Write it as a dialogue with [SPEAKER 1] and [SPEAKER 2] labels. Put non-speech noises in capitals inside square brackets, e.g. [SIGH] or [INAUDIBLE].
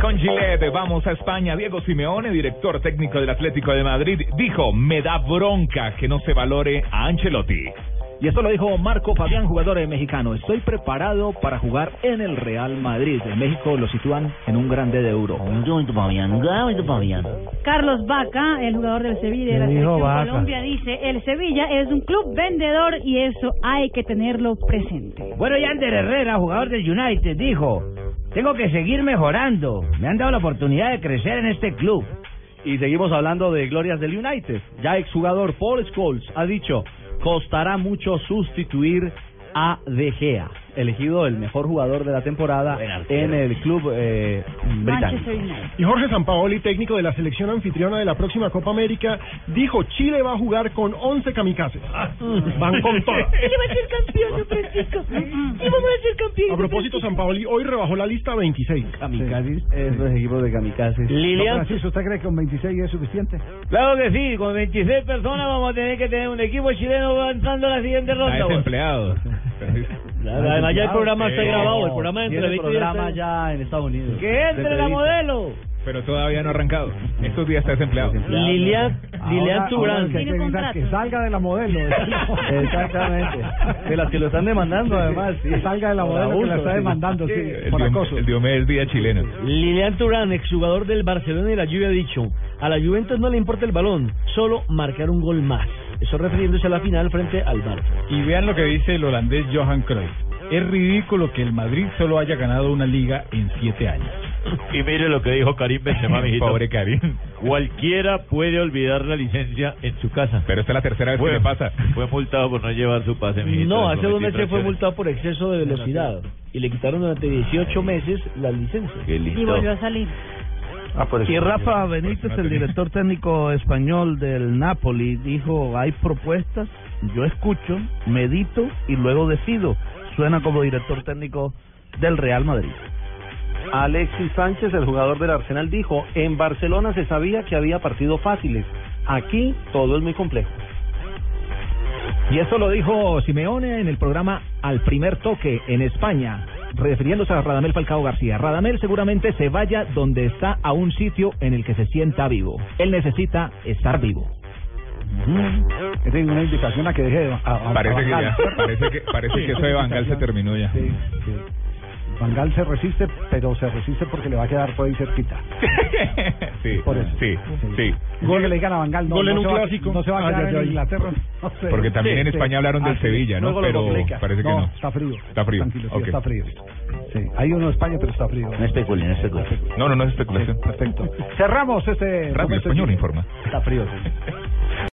[SPEAKER 1] Con Gillette vamos a España. Diego Simeone, director técnico del Atlético de Madrid, dijo, me da bronca que no se valore a Ancelotti.
[SPEAKER 2] Y esto lo dijo Marco Fabián, jugador eh, mexicano. Estoy preparado para jugar en el Real Madrid. En México lo sitúan en un grande de euro.
[SPEAKER 3] Carlos Vaca, el jugador del Sevilla y de la selección Colombia, dice, el Sevilla es un club vendedor y eso hay que tenerlo presente.
[SPEAKER 4] Bueno, Yander Herrera, jugador del United, dijo, tengo que seguir mejorando. Me han dado la oportunidad de crecer en este club.
[SPEAKER 5] Y seguimos hablando de glorias del United. Ya exjugador Paul Scholes ha dicho, costará mucho sustituir a De Gea, elegido el mejor jugador de la temporada en el club eh, británico.
[SPEAKER 3] Manchester United.
[SPEAKER 6] [LAUGHS] Y Jorge Sampaoli, técnico de la selección anfitriona de la próxima Copa América, dijo Chile va a jugar con 11 kamikazes. Van con todas.
[SPEAKER 3] Ah. [LAUGHS] Chile va a ser campeón, yo Francisco. Chile vamos a ser campeón.
[SPEAKER 6] A propósito, Sampaoli hoy rebajó la lista a 26.
[SPEAKER 5] Kamikazes. Esos equipos de kamikazes.
[SPEAKER 4] Lilian.
[SPEAKER 2] ¿usted cree que con 26 es suficiente?
[SPEAKER 4] Claro que sí, con 26 personas vamos a tener que tener un equipo chileno avanzando a la siguiente
[SPEAKER 1] A
[SPEAKER 4] ronda. güey.
[SPEAKER 7] [LAUGHS]
[SPEAKER 1] desempleados.
[SPEAKER 4] Además ya el programa está
[SPEAKER 1] Sí.
[SPEAKER 4] grabado, el
[SPEAKER 5] No,
[SPEAKER 4] programa de
[SPEAKER 5] tiene
[SPEAKER 4] entrevista ya
[SPEAKER 5] programa
[SPEAKER 4] está-
[SPEAKER 5] ya en Estados Unidos.
[SPEAKER 4] Que entre la modelo.
[SPEAKER 1] Pero todavía no ha arrancado. Estos días está desempleado.
[SPEAKER 4] Lilian, Lilian Turán.
[SPEAKER 3] Tiene contrato.
[SPEAKER 2] que salga de la modelo.
[SPEAKER 4] [LAUGHS]
[SPEAKER 5] Exactamente. De las que lo están demandando, además. sí.
[SPEAKER 2] Que salga de la
[SPEAKER 5] Por
[SPEAKER 2] modelo que la
[SPEAKER 5] abuso,
[SPEAKER 2] está
[SPEAKER 5] sí.
[SPEAKER 2] demandando, sí,
[SPEAKER 1] El
[SPEAKER 2] por
[SPEAKER 1] Diom-
[SPEAKER 2] acoso.
[SPEAKER 1] el Diomedes Díaz chileno.
[SPEAKER 4] Lilian Turán, exjugador del Barcelona y la Juve, ha dicho, a la Juventus no le importa el balón, solo marcar un gol más. Eso refiriéndose a la final frente al Barça.
[SPEAKER 7] Y vean lo que dice el holandés Johan Cruyff. Es ridículo que el Madrid solo haya ganado una liga en siete años.
[SPEAKER 8] Y mire lo que dijo Karim
[SPEAKER 1] [LAUGHS]
[SPEAKER 8] Benzema, mijito.
[SPEAKER 1] Pobre Karim.
[SPEAKER 8] Cualquiera puede olvidar la licencia en su casa.
[SPEAKER 1] Pero esta es la tercera vez que le pasa.
[SPEAKER 8] fue multado por no llevar su pase, mijito.
[SPEAKER 4] No,
[SPEAKER 8] Le
[SPEAKER 4] hace dos
[SPEAKER 8] cometí
[SPEAKER 4] meses fue
[SPEAKER 8] infracciones.
[SPEAKER 4] multado por exceso de velocidad y le quitaron durante 18 meses la licencia.
[SPEAKER 8] Qué
[SPEAKER 3] Y
[SPEAKER 8] lindo.
[SPEAKER 3] volvió a salir.
[SPEAKER 5] Y Rafa Benítez,
[SPEAKER 1] Por eso no
[SPEAKER 5] el
[SPEAKER 1] tenía.
[SPEAKER 5] director técnico español del Napoli, dijo, hay propuestas, yo escucho, medito y luego decido. Suena como director técnico del Real Madrid. Alexis Sánchez, el jugador del Arsenal, dijo, en Barcelona se sabía que había partidos fáciles, aquí todo es muy complejo.
[SPEAKER 2] Y esto lo dijo Simeone en el programa Al Primer Toque en España, refiriéndose a Radamel Falcao García. Radamel seguramente se vaya donde está a un sitio en el que se sienta vivo. Él necesita estar vivo. Es una invitación a que deje de...
[SPEAKER 1] Parece que ya, parece que, parece que eso de Bangal se terminó ya.
[SPEAKER 2] Vangal se resiste, pero se resiste porque le va a quedar por ahí cerquita.
[SPEAKER 1] [LAUGHS] Sí,
[SPEAKER 2] Por eso.
[SPEAKER 1] sí, sí.
[SPEAKER 2] Gol que le digan a Vangal, no,
[SPEAKER 6] Gol en
[SPEAKER 2] no
[SPEAKER 6] un
[SPEAKER 2] se va-
[SPEAKER 6] clásico.
[SPEAKER 2] no se va a
[SPEAKER 6] Ay,
[SPEAKER 2] quedar
[SPEAKER 6] ay,
[SPEAKER 2] en
[SPEAKER 6] ay.
[SPEAKER 2] Inglaterra. No sé.
[SPEAKER 1] Porque también en
[SPEAKER 2] Sí.
[SPEAKER 1] España hablaron del
[SPEAKER 2] Ah, sí.
[SPEAKER 1] Sevilla, ¿no?
[SPEAKER 2] Luego lo
[SPEAKER 1] Pero
[SPEAKER 2] complica.
[SPEAKER 1] parece que no.
[SPEAKER 2] Está frío.
[SPEAKER 1] Está frío,
[SPEAKER 2] Tranquilo, sí,
[SPEAKER 1] ok.
[SPEAKER 2] está frío. Sí. Hay uno en España, pero está frío.
[SPEAKER 5] especulen, no especulen.
[SPEAKER 1] No, no, no es especulación.
[SPEAKER 2] Perfecto. Cerramos este.
[SPEAKER 1] Radio
[SPEAKER 2] momento.
[SPEAKER 1] Español informa.
[SPEAKER 2] Está frío, sí.